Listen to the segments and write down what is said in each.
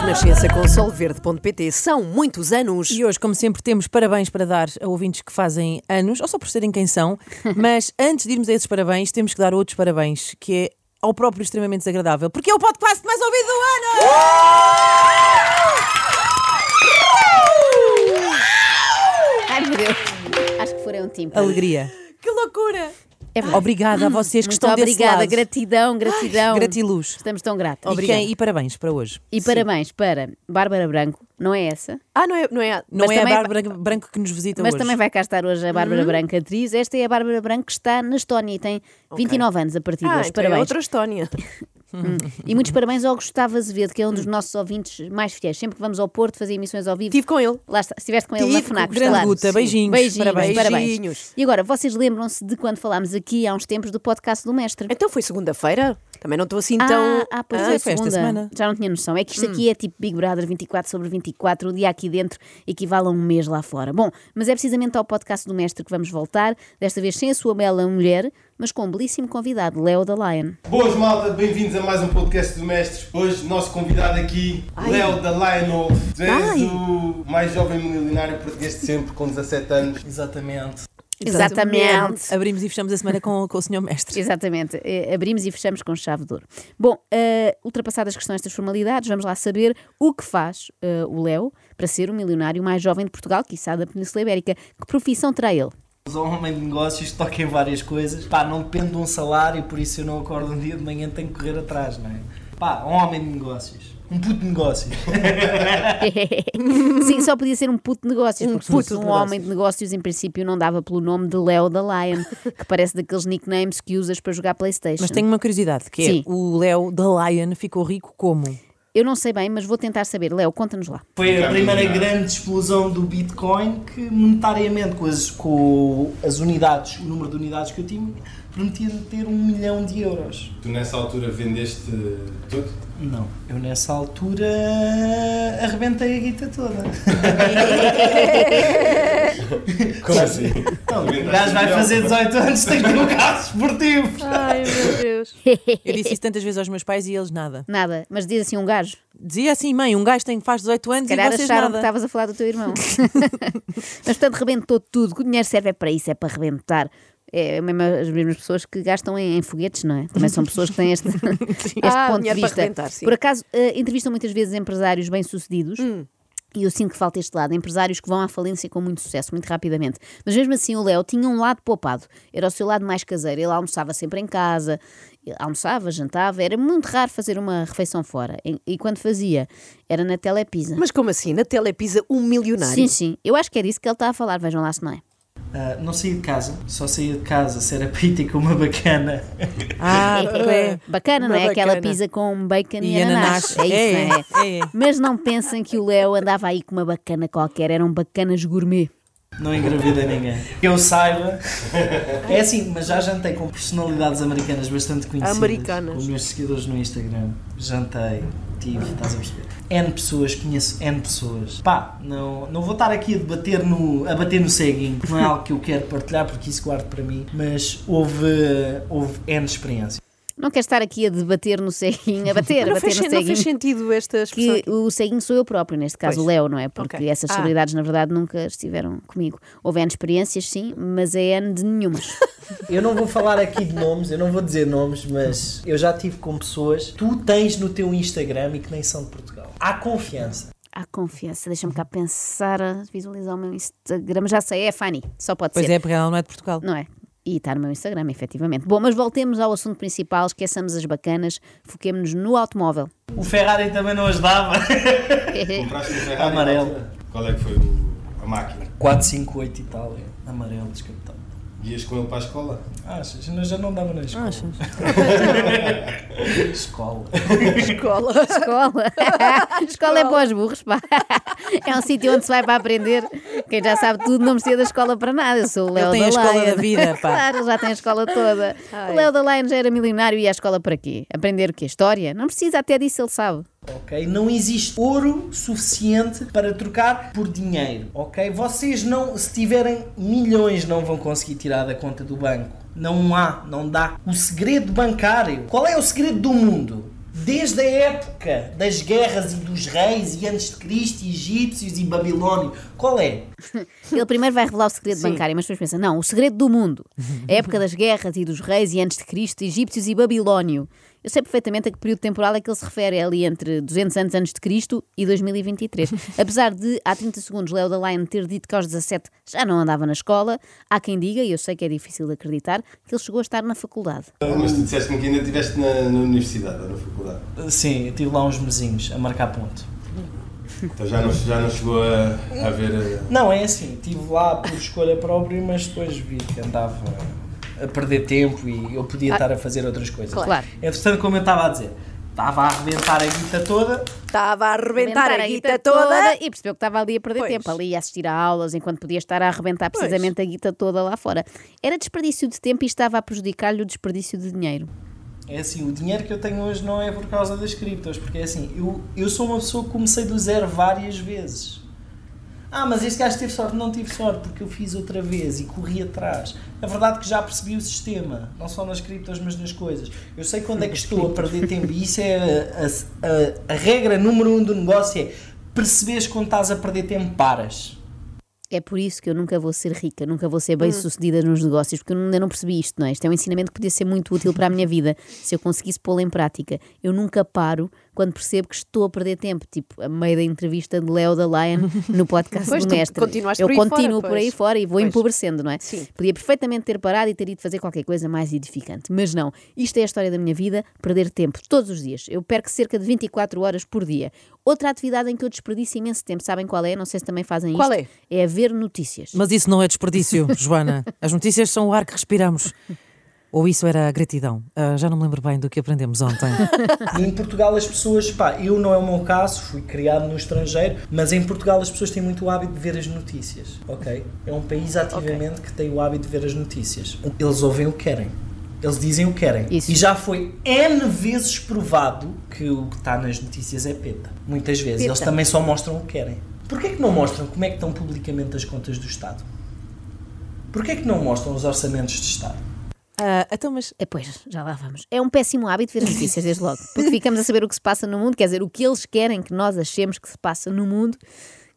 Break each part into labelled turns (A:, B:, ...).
A: Renascença com solverde.pt são muitos anos.
B: E hoje, como sempre, temos parabéns para dar a ouvintes que fazem anos, ou só por serem quem são, mas antes de irmos a esses parabéns, temos que dar outros parabéns, que é ao próprio extremamente desagradável, porque é o podcast mais ouvido do ano!
C: Ai meu Deus. Acho que foram um time.
B: Alegria.
A: Que loucura!
C: É verdade.
B: Obrigada a vocês que
C: Muito
B: estão desse
C: obrigada,
B: lado.
C: gratidão, gratidão.
B: Gratiluz.
C: Estamos tão gratos.
B: E, quem- e parabéns para hoje.
C: E parabéns para Bárbara Branco, não é essa?
A: Ah, não é? Não é,
B: Não
C: Mas
B: é a
C: também-
B: Bárbara Branco que nos visita
C: Mas
B: hoje. Uhum.
C: também vai cá estar hoje a Bárbara Branco, atriz. Esta é a Bárbara Branco que está na Estónia e tem 29 anos a partir de
A: Ah,
C: hoje.
A: então é
C: parabéns.
A: outra Estónia.
C: E muitos parabéns ao Gustavo Azevedo, que é um
B: Hum.
C: dos nossos ouvintes mais fiéis. Sempre que vamos ao Porto fazer emissões ao vivo.
A: Estive com ele.
C: Lá está, estiveste com ele
B: Tive
C: na FNAC,
B: com o grande
C: claro.
B: Guta.
C: Sim.
B: Beijinhos, parabéns.
C: parabéns.
A: Beijinhos.
C: E agora, vocês lembram-se de quando falámos aqui há uns tempos do podcast do Mestre?
A: Então foi segunda-feira? Também não estou assim tão.
C: ah, ah, pois
B: Ah,
C: é,
B: foi esta
C: segunda.
B: semana. Hum.
C: Já não tinha noção. É que isto aqui é tipo Big Brother 24 sobre 24. O dia aqui dentro equivale a um mês lá fora. Bom, mas é precisamente ao podcast do mestre que vamos voltar. Desta vez sem a sua bela mulher, mas com um belíssimo convidado, Leo da Lion.
D: Boas malta, bem-vindos a mais um podcast do Mestres. Hoje, nosso convidado aqui, Léo da Lionel. Tu és
A: Ai.
D: o mais jovem milionário português de sempre, com 17 anos. Exatamente.
C: Exatamente.
B: Abrimos e fechamos a semana com, com o senhor mestre.
C: Exatamente. Eh, Abrimos e fechamos com chave de ouro. Bom, eh, ultrapassadas que são estas formalidades, vamos lá saber o que faz eh, o Leo para ser o milionário mais jovem de Portugal, quiçá da Península Ibérica. Que profissão terá ele?
E: Sou um homem de negócios, toco em várias coisas. Pá, não dependo de um salário, por isso eu não acordo um dia de manhã, tenho que correr atrás, não é? Pá, um homem de negócios. Um puto de negócios.
C: Sim, só podia ser um puto de negócios, porque se
B: puto
C: fosse um
B: de
C: homem de negócios, em princípio, não dava pelo nome de Leo da Lion, que parece daqueles nicknames que usas para jogar Playstation.
B: Mas tenho uma curiosidade, que é
C: Sim.
B: o Léo da Lion ficou rico como?
C: Eu não sei bem, mas vou tentar saber. Leo, conta-nos lá.
E: Foi a
D: Obrigado,
E: primeira
D: obrigado.
E: grande explosão do Bitcoin que, monetariamente, com as, com as unidades, o número de unidades que eu tinha, permitia-me ter um milhão de euros.
D: Tu nessa altura vendeste tudo?
E: Não, eu nessa altura arrebentei a guita toda.
D: Como assim?
E: Então, o gajo vai fazer 18 anos, tem que ter um carro esportivo.
A: Ai, meu Deus.
B: Eu disse isso tantas vezes aos meus pais e eles nada.
C: Nada, mas diz assim um gajo.
B: Dizia assim, mãe, um gajo tem, faz 18 anos
C: Se calhar
B: e vocês
C: acharam que
B: nada.
C: estavas a falar do teu irmão. mas portanto, rebentou tudo. Que o dinheiro serve é para isso, é para rebentar. É mesmo as mesmas pessoas que gastam em, em foguetes, não é? Também são pessoas que têm este, este
A: Ah,
C: ponto de
A: dinheiro para
C: vista.
A: rebentar, sim.
C: Por acaso, eh, entrevistam muitas vezes empresários bem-sucedidos.
A: Hum.
C: E eu sinto que falta este lado, empresários que vão à falência com muito sucesso, muito rapidamente. Mas mesmo assim, o Léo tinha um lado poupado, era o seu lado mais caseiro. Ele almoçava sempre em casa, almoçava, jantava, era muito raro fazer uma refeição fora. E, e quando fazia, era na telepisa.
A: Mas como assim? Na telepisa, um milionário.
C: Sim, sim. Eu acho que era isso que ele está a falar. Vejam lá se não é.
E: Ah, não saía de casa, só saía de casa se era para ir ter com uma bacana.
B: Ah, porque é.
C: Bacana, não
A: Uma
C: é? Aquela
A: bacana.
C: pizza com bacon e,
B: E
C: ananás.
B: ananás.
C: É isso, não é?
B: É, é.
C: Mas não pensem que o Léo andava aí com uma bacana qualquer. Eram bacanas gourmet.
E: Não engravida ninguém. Que eu saiba. É assim, mas já jantei com personalidades americanas bastante conhecidas.
A: Americanas.
E: Com meus seguidores no Instagram. Jantei, tive, estás a perceber? N pessoas, conheço N pessoas. Pá, não, não vou estar aqui a debater no, a bater no ceguinho, porque não é algo que eu quero partilhar, porque isso guardo para mim. Mas houve, houve N experiências.
C: Não quer estar aqui a debater no ceguinho, a bater, a
A: Não,
C: bater
A: fez,
C: no
A: não fez
C: ceguinho.
A: sentido esta expressão.
C: que
A: aqui.
C: o ceguinho sou eu próprio, neste caso
A: Pois.
C: o Léo, não é? Porque
A: Ok.
C: essas
A: Ah.
C: celebridades, na verdade, nunca estiveram comigo. Houve N experiências, sim, mas é N de nenhumas.
E: Eu não vou falar aqui de nomes, eu não vou dizer nomes, mas eu já tive com pessoas. Tu tens no teu Instagram e que nem são de Portugal. Há confiança.
C: Há confiança, deixa-me cá pensar, a visualizar o meu Instagram. Já sei, é a Fanny, só pode
B: Pois
C: ser.
B: é, porque ela não é de Portugal.
C: Não é? E está no meu Instagram, efetivamente. Bom, mas voltemos ao assunto principal, esqueçamos as bacanas, foquemos-nos no automóvel.
E: O Ferrari também não ajudava.
D: Compraste um Ferrari?
E: Amarelo.
D: na altura? Qual é que foi o- a máquina?
E: 458 Itália, amarelo, descapitado.
D: Ias com ele para a escola?
E: Achas? Não, já não dava na escola.
B: Achas?
E: Escola.
A: Escola.
C: Escola. escola é para os burros, pá. É um sítio onde se vai para aprender. Quem já sabe tudo não precisa da escola para nada. Eu sou o
B: Ele
C: Léo
B: tem
C: da
B: a escola
C: Lion.
B: da vida, pá.
C: Claro, ele já tem a escola toda.
A: Ai.
C: O Léo da Lion já era milionário e ia à escola para quê? Aprender o quê? História? Não precisa, até disso ele sabe.
E: Ok? Não existe ouro suficiente para trocar por dinheiro, ok? Vocês não, se tiverem milhões, não vão conseguir tirar da conta do banco. Não há, não dá. O segredo bancário. Qual é o segredo do mundo? Desde a época das guerras e dos reis e antes de Cristo, egípcios e babilónio. Qual é?
C: Ele primeiro vai revelar o segredo bancário, mas depois pensa: não, o segredo do mundo. A época das guerras e dos reis e antes de Cristo, egípcios e babilónio. Eu sei perfeitamente a que período temporal é que ele se refere, é ali entre 200 anos antes de Cristo e 2023. Apesar de, há 30 segundos, Leo da Line ter dito que aos 17 já não andava na escola, há quem diga, e eu sei que é difícil de acreditar, que ele chegou a estar na faculdade.
D: Mas tu disseste-me que ainda estiveste na, na universidade ou na faculdade.
E: Sim, eu tive lá uns mesinhos a marcar ponto.
D: Então já não, já não chegou a, a haver. eh,
E: Não, é assim, estive lá por escolha própria, mas depois vi que andava a perder tempo e eu podia estar a fazer outras coisas.
C: Claro.
E: Entretanto, como eu estava a dizer, estava a arrebentar a guita toda,
A: Estava a arrebentar
C: Arrebentar
A: a guita toda.
C: e percebeu que estava ali a perder
A: Pois.
C: tempo, ali a assistir a aulas, enquanto podia estar a arrebentar precisamente a guita toda lá fora. Era desperdício de tempo e estava a prejudicar-lhe o desperdício de dinheiro.
E: É assim, o dinheiro que eu tenho hoje não é por causa das criptos, porque é assim, eu, eu sou uma pessoa que comecei do zero várias vezes. Ah, mas este gajo teve sorte, não tive sorte, porque eu fiz outra vez e corri atrás. É verdade que já percebi o sistema, não só nas criptos, mas nas coisas. Eu sei quando é que estou a perder tempo e isso é a, a- a- a regra número um do negócio é perceberes quando estás a perder tempo, paras.
C: É por isso que eu nunca vou ser rica, nunca vou
A: Hum.
C: ser bem sucedida nos negócios, porque eu ainda não percebi isto, não é? Isto é um ensinamento que podia ser muito útil para a minha vida, se eu conseguisse pô-lo em prática. Eu nunca paro quando percebo que estou a perder tempo, tipo a meio da entrevista de Leo da Lion no podcast
A: Pois,
C: do
A: tu
C: Mestre.
A: continuaste
C: eu
A: por aí
C: continuo
A: fora,
C: por aí
A: pois.
C: fora e vou
A: Pois.
C: empobrecendo, não é?
A: Sim.
C: Podia perfeitamente ter parado e ter ido fazer qualquer coisa mais edificante, mas não. Isto é a história da minha vida, perder tempo todos os dias. Eu perco cerca de 24 horas por dia. Outra atividade em que eu desperdiço imenso tempo, sabem qual é? Não sei se também fazem
A: Qual
C: isto. É a ver notícias.
B: Mas isso não é desperdício, Joana. As notícias são o ar que respiramos. Ou isso era a gratidão? Ah, já não me lembro bem do que aprendemos ontem.
E: E em Portugal as pessoas, pá, eu não é o meu caso, fui criado no estrangeiro, mas em Portugal as pessoas têm muito o hábito de ver as notícias, ok? É um país ativamente que tem o hábito de ver as notícias. Eles ouvem o que querem. Eles dizem o que querem.
C: Isso.
E: E já foi N vezes provado que o que está nas notícias é peta. Muitas vezes. Eles também só mostram o que querem. Porquê que não mostram como é que estão publicamente as contas do Estado? Porquê que não mostram os orçamentos de Estado?
B: Ah, então, mas
C: É, pois, já lá vamos. É um péssimo hábito ver notícias, desde logo. Porque ficamos a saber o que se passa no mundo, quer dizer, o que eles querem que nós achemos que se passa no mundo.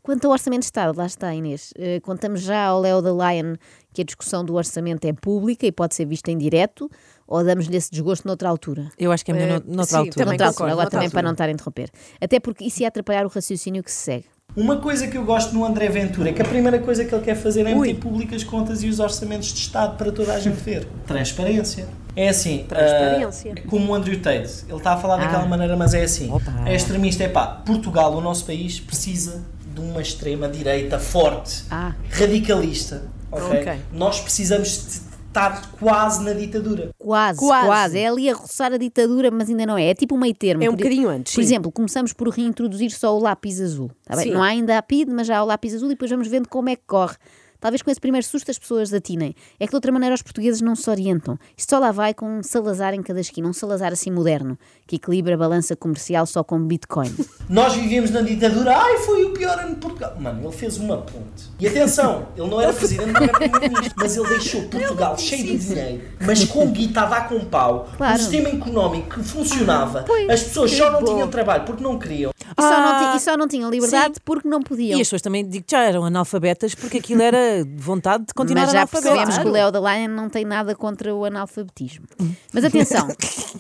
C: Quanto ao Orçamento de Estado, lá está, Inês. Eh, contamos já ao Leo da Lion que a discussão do orçamento é pública e pode ser vista em direto, ou damos-lhe esse desgosto noutra altura?
B: eu acho que é melhor
A: Eh,
B: no, noutra
A: sim,
B: altura.
A: também
C: Noutra altura,
A: concordo,
C: agora
A: noutra
C: também para
A: altura.
C: não estar a interromper. Até porque isso ia atrapalhar o raciocínio que se segue.
E: Uma coisa que eu gosto no André Ventura é que a primeira coisa que ele quer fazer é
A: Ui.
E: meter públicas as contas e os orçamentos de Estado para toda a gente ver. Transparência. É assim,
A: Transparência. Ah.
E: ah, é como o Andrew Tate, ele está a falar daquela maneira, mas é assim.
B: Opa.
E: É extremista, é pá, Portugal, o nosso país, precisa de uma extrema-direita forte,
C: Ah.
E: radicalista. ok?
A: Ok.
E: Nós precisamos de estar quase na ditadura.
C: Quase, quase,
A: Quase.
C: É ali a roçar a ditadura, mas ainda não é. É tipo um meio termo.
A: É um
C: Por-
A: bocadinho antes,
C: Por
A: sim.
C: exemplo, começamos por reintroduzir só o lápis azul. tá bem?
A: Sim.
C: Não há ainda a PID, mas já há o lápis azul e depois vamos vendo como é que corre. Talvez com esse primeiro susto as pessoas atinem. É que de outra maneira os portugueses não se orientam. Isto só lá vai com um Salazar em cada esquina, um Salazar assim moderno, que equilibra a balança comercial só com Bitcoin.
E: Nós vivíamos na ditadura, ai, foi o pior ano de Portugal. Mano, ele fez uma ponte. E atenção, ele não era presidente, não era primeiro-ministro, mas ele deixou Portugal cheio de dinheiro, mas com guita a dar com pau,
C: Claro.
E: um sistema económico que funcionava,
C: Pois,
E: as pessoas só não
A: bom.
E: tinham trabalho porque não queriam.
C: E só, não, ti-
B: Ah,
C: e só não tinham liberdade porque não podiam.
B: E as pessoas também digo que já eram analfabetas porque aquilo era vontade de continuar
C: Mas já
B: analfabetas.
C: percebemos que o Leo da Lion não tem nada contra o analfabetismo.
A: Hum.
C: Mas atenção,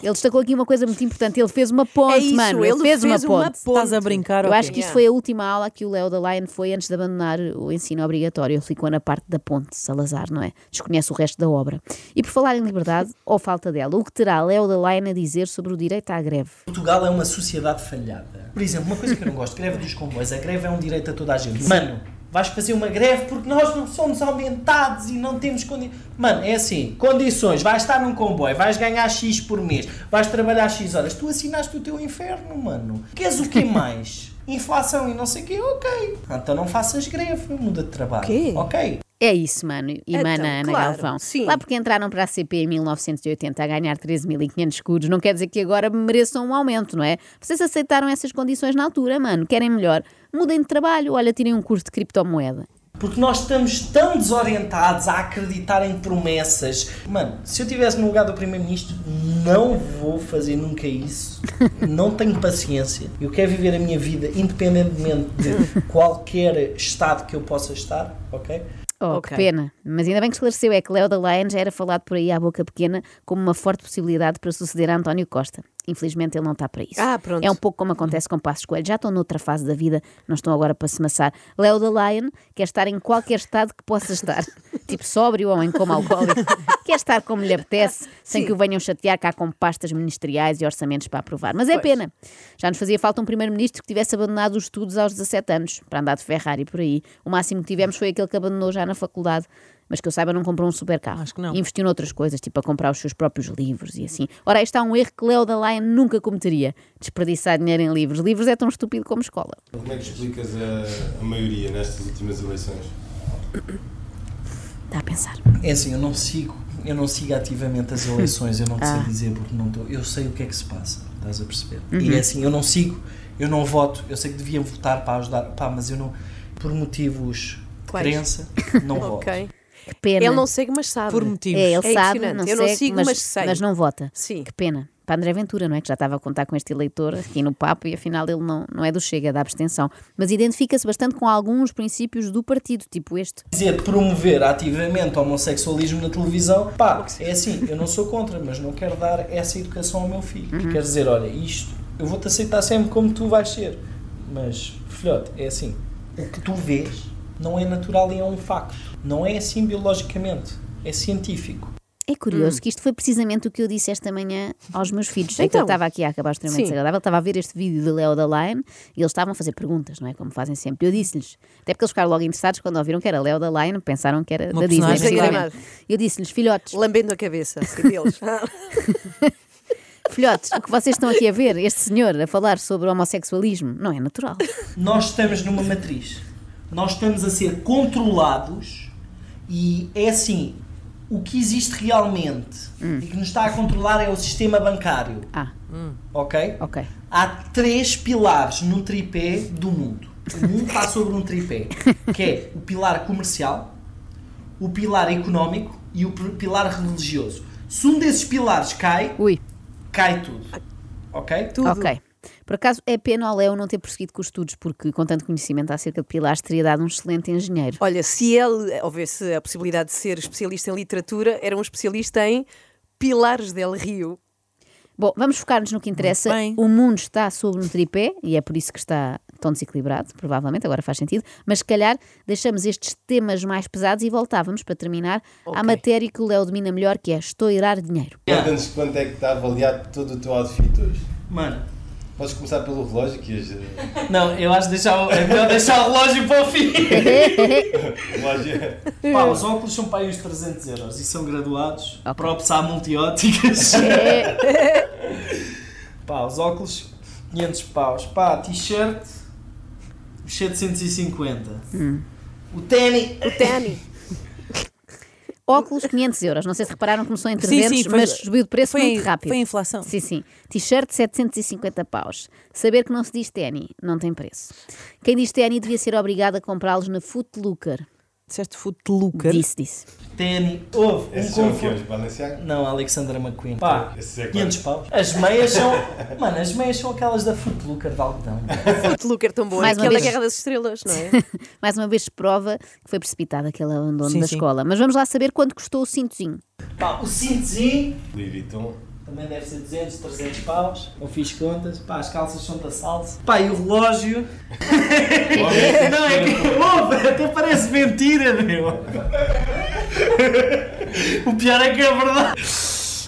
C: ele destacou aqui uma coisa muito importante. Ele fez uma ponte,
A: É isso,
C: mano. Ele,
A: ele
C: fez, uma
A: fez uma
C: ponte.
B: Estás a brincar,
C: Eu
B: ok.
C: acho que isto
A: Yeah.
C: foi a última aula que o Leo da Lion foi antes de abandonar o ensino obrigatório. Ele ficou na parte da ponte, Salazar, não é? Desconhece o resto da obra. E por falar em liberdade, ou falta dela, o que terá Leo da Lion a dizer sobre o direito à greve?
E: Portugal é uma sociedade falhada. Por exemplo, uma coisa que eu não gosto, greve dos comboios. A greve é um direito a toda a gente. Mano, vais fazer uma greve porque nós não somos aumentados e não temos condições. Mano, é assim, condições, vais estar num comboio, vais ganhar X por mês, vais trabalhar X horas. Tu assinaste o teu inferno, mano. Queres o que mais? Inflação e não sei o quê, ok. Então não faças greve, muda de trabalho.
A: Quê?
E: Ok.
C: É isso, mano, e
A: Então,
C: mana Ana
A: claro,
C: Galvão.
A: sim.
C: Lá porque entraram para a CP em 1980 a ganhar 13.500 escudos, não quer dizer que agora mereçam um aumento, não é? Vocês aceitaram essas condições na altura, mano, querem melhor. Mudem de trabalho, olha, tirem um curso de criptomoeda.
E: Porque nós estamos tão desorientados a acreditar em promessas. Mano, se eu estivesse no lugar do Primeiro-Ministro, não vou fazer nunca isso. Não tenho paciência. Eu quero viver a minha vida independentemente de qualquer estado que eu possa estar, ok?
C: Oh,
B: Ok.
C: que pena. Mas ainda bem que esclareceu, é que Leo da Laine já era falado por aí à boca pequena como uma forte possibilidade para suceder a António Costa. Infelizmente ele não está para isso.
A: Ah, pronto.
C: É um pouco como acontece com Passos Coelho. Já estão noutra fase da vida, não estão agora para se maçar. Leo da Laine quer estar em qualquer estado que possa estar. tipo sóbrio ou em coma alcoólico. quer estar como lhe apetece, sem que o venham chatear cá com pastas ministeriais e orçamentos para aprovar. Mas é pena. Já nos fazia falta um primeiro-ministro que tivesse abandonado os estudos aos 17 anos, para andar de Ferrari por aí. O máximo que tivemos foi aquele que abandonou já na faculdade. Mas que eu saiba, não comprou um supercarro.
B: Acho que não.
C: E investiu noutras coisas, tipo a comprar os seus próprios livros e assim. Ora, este é um erro que Leo da Laia nunca cometeria: desperdiçar dinheiro em livros. Livros é tão estúpido como escola.
D: Como é que explicas a, a maioria nestas últimas eleições?
C: Dá a pensar.
E: É assim, eu não sigo, eu não sigo ativamente as eleições, eu não te sei
C: Ah.
E: dizer porque não estou. Eu sei o que é que se passa, estás a perceber?
A: Uhum.
E: E é assim, eu não sigo, eu não voto, eu sei que devia votar para ajudar, pá, mas eu não, por motivos de
A: Quais?
E: crença, não voto.
A: Ok.
C: Que pena.
A: Ele não segue, mas sabe.
B: Por motivos.
C: É, ele
A: É
C: sabe,
A: impressionante.
C: não
A: Eu não
C: segue,
A: sigo,
C: mas,
A: mas sei.
C: mas não vota.
A: Sim.
C: Que pena. Para André Ventura, não é? Que já estava a contar com este eleitor aqui no papo e afinal ele não, não é do Chega, é da abstenção. Mas identifica-se bastante com alguns princípios do partido, tipo este.
E: Dizer promover ativamente homossexualismo na televisão, pá, é assim, eu não sou contra, mas não quero dar essa educação ao meu filho. Quer dizer, olha, isto, eu vou-te aceitar sempre como tu vais ser, mas, filhote, é assim, o que tu vês não é natural e é um facto. Não é assim biologicamente, é científico.
C: É curioso que isto foi precisamente o que eu disse esta manhã aos meus filhos. Então,
A: Então.
C: eu estava aqui a acabar extremamente
A: Sim.
C: desagradável, estava a ver este vídeo de Leo da Line e eles estavam a fazer perguntas, não é? Como fazem sempre. Eu disse-lhes, até porque eles ficaram logo interessados quando ouviram que era Leo da Line, pensaram que era
B: Uma
C: da Disney.
B: personagem
C: efetivamente. Eu disse-lhes, filhotes,
A: Lambendo a cabeça, assim deles.
C: Filhotes, o que vocês estão aqui a ver, este senhor a falar sobre homossexualismo, não é natural.
E: Nós estamos numa matriz. Nós estamos a ser controlados e é assim, o que existe realmente e que nos está a controlar é o sistema bancário,
C: Ah,
E: ok?
C: ok.
E: Há três pilares no tripé do mundo. O mundo está sobre um tripé, que é o pilar comercial, o pilar económico e o pilar religioso. Se um desses pilares cai,
C: Ui,
E: cai tudo, ok?
C: ok. Por acaso é pena ao Leo não ter prosseguido com os estudos, porque com tanto conhecimento acerca de pilares teria dado um excelente engenheiro.
A: Olha, se ele houvesse a possibilidade de ser especialista em literatura, era um especialista em Pilares del Rio.
C: Bom, vamos focar-nos no que interessa.
B: bem.
C: O mundo está sobre um tripé e é por isso que está tão desequilibrado, provavelmente, agora faz sentido, mas se calhar deixamos estes temas mais pesados e voltávamos para terminar à
A: Ok.
C: matéria que o Leo domina melhor, que é estourar dinheiro.
D: Conta-nos quanto é que está avaliado todo o teu outfit hoje.
E: Mano,
D: Podes começar pelo relógio que hoje.
E: Não, eu acho deixar, o- é melhor deixar o relógio para o fim.
D: O relógio é.
E: Pá, os óculos são para aí uns 300 euros e são graduados.
C: Ok.
E: Props à multióticas.
C: É,
E: Pá, os óculos, 500 paus. Pá, t-shirt, 750. O tênis,
A: O Tani.
C: Óculos 500 euros. Não sei se repararam que começou em
B: Sim,
C: 300,
B: sim, foi-
C: mas subiu de preço
B: foi a-
C: muito rápido.
B: foi a inflação.
C: Sim, sim. T-shirt 750 paus. Saber que não se diz ténis não tem preço. Quem diz ténis devia ser obrigado a comprá-los na Footlooker.
B: Disseste food looker.
C: Disse, disse.
E: tênis, houve, um
D: Esses são é o que
E: conforto.
D: hoje? Balenciaga?
E: Não, Alexandra McQueen. Pá,
D: Esses é
E: 500 paus. As meias são. Mano, as meias são aquelas da Footlooker de algodão.
A: Footlooker tão bom.
C: Mais
A: Mais
C: uma
A: aquela
C: vez.
A: Guerra das Estrelas, não é?
C: Mais uma vez se prova que foi precipitado aquele abandono
B: Sim,
C: da
B: sim.
C: escola. Mas vamos lá saber quanto custou o cintozinho.
E: Pá, o cintozinho
D: Louis Vuitton.
E: Também deve ser 200, 300 paus. Não fiz contas. Pá, as calças são da salsa. Pá, e o relógio? não, é que... Opa, até parece mentira, meu. o pior é que é verdade.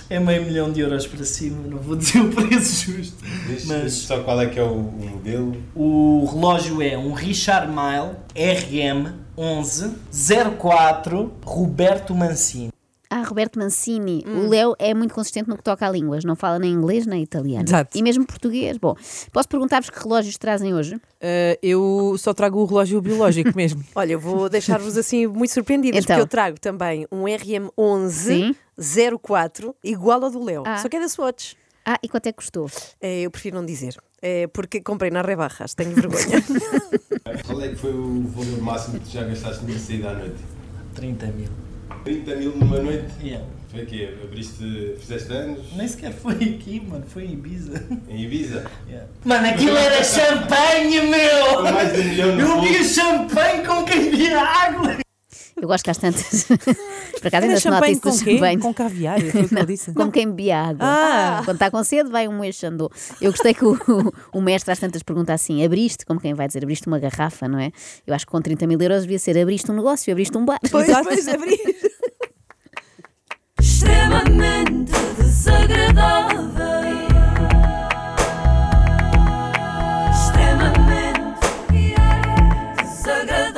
E: É meio milhão de euros para cima. Não vou dizer o preço justo.
D: Diz,
E: Mas-
D: diz só qual é que é o, o modelo.
E: O relógio é um Richard Mille RM... 11 04 Roberto Mancini.
C: Ah, Roberto Mancini.
B: Hum.
C: O Léo é muito consistente no que toca a línguas. Não fala nem inglês nem italiano.
B: Exato.
C: E mesmo português. Bom, posso perguntar-vos que relógios trazem hoje?
B: Ah, eu só trago o relógio biológico mesmo.
A: Olha, eu vou deixar-vos assim muito surpreendidos,
C: Então.
A: porque eu trago também um
C: Sim.
A: RM11 04, igual ao do Léo,
C: Ah.
A: só que é da Swatch.
C: Ah, e quanto é que custou?
A: Eh, Eu prefiro não dizer. Eh, É porque comprei na rebarras, tenho vergonha.
D: Qual é que foi o valor máximo que tu já gastaste numa saída à noite?
E: 30 mil.
D: 30 mil numa noite?
E: Yeah.
D: Foi o quê? Abriste, fizeste anos?
E: Nem sequer foi aqui, mano, foi em Ibiza.
D: Em Ibiza?
E: Yeah. Mano, aquilo era champanhe, meu!
D: Com mais de um milhão no
E: Eu
D: bolso.
E: via champanhe com quem via água!
C: Eu gosto que às tantas. Por
B: Era
C: acaso ainda se nota
B: champanhe
C: isso
B: com
C: do
B: quê?
C: champanhe.
B: Com caviar, foi o que ele disse.
C: Como quem bebia água.
B: Ah.
C: Quando está com sede, vai um mocho andou. Eu gostei que o, o mestre às tantas pergunta assim: abriste, como quem vai dizer, abriste uma garrafa, não é? Eu acho que com 30 mil euros devia ser abriste um negócio, abriste um bar.
B: Pois, pois, é. abri.
F: extremamente desagradável. Extremamente desagradável.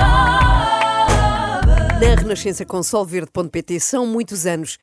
A: Na Renascença com solverde.pt são muitos anos